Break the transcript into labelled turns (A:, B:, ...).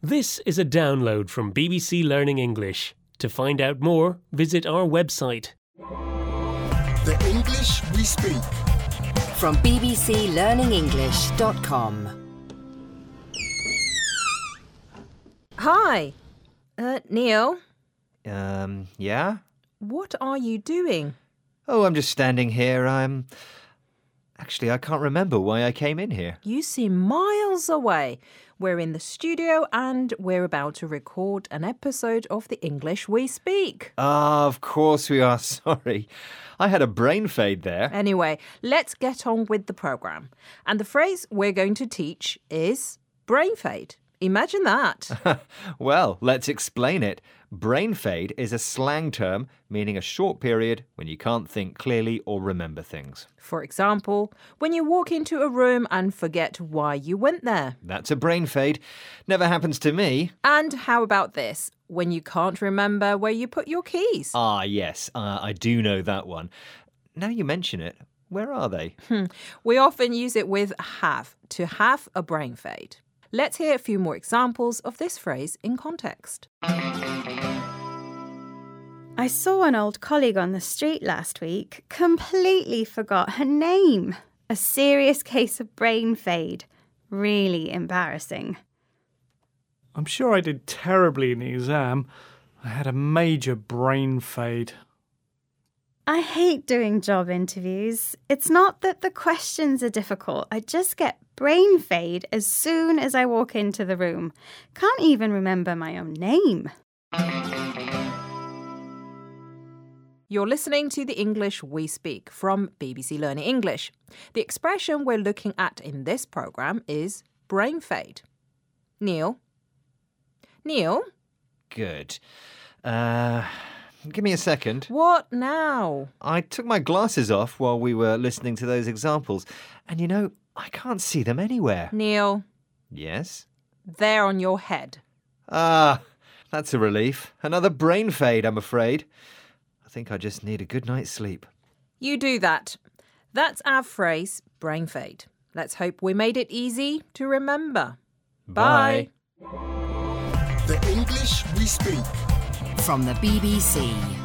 A: This is a download from BBC Learning English. To find out more, visit our website.
B: The English we speak.
C: from bbclearningenglish.com.
D: Hi. Uh, Neil,
E: Um, yeah?
D: what are you doing?
E: Oh, I'm just standing here. I'm. Actually, I can't remember why I came in here.
D: You seem miles away. We're in the studio and we're about to record an episode of The English We Speak.
E: Ah, of course we are. Sorry. I had a brain fade there.
D: Anyway, let's get on with the program. And the phrase we're going to teach is brain fade. Imagine that.
E: well, let's explain it. Brain fade is a slang term meaning a short period when you can't think clearly or remember things.
D: For example, when you walk into a room and forget why you went there.
E: That's a brain fade. Never happens to me.
D: And how about this? When you can't remember where you put your keys.
E: Ah, yes, uh, I do know that one. Now you mention it, where are they?
D: We often use it with have to have a brain fade. Let's hear a few more examples of this phrase in context.
F: I saw an old colleague on the street last week, completely forgot her name. A serious case of brain fade. Really embarrassing.
G: I'm sure I did terribly in the exam. I had a major brain fade.
F: I hate doing job interviews. It's not that the questions are difficult, I just get brain fade as soon as I walk into the room. Can't even remember my own name.
D: You're listening to the English we speak from BBC Learning English. The expression we're looking at in this program is brain fade. Neil? Neil?
E: Good. Uh, give me a second.
D: What now?
E: I took my glasses off while we were listening to those examples, and you know, I can't see them anywhere.
D: Mm. Neil,
E: Yes?
D: they're on your head.
E: Ah, that's a relief. Another brain fade, I'm afraid. I think I just need a good night's sleep.
D: You do that. That's our phrase, brain fade. Let's hope we made it easy to remember. Bye.
B: The English we speak.
C: From the BBC.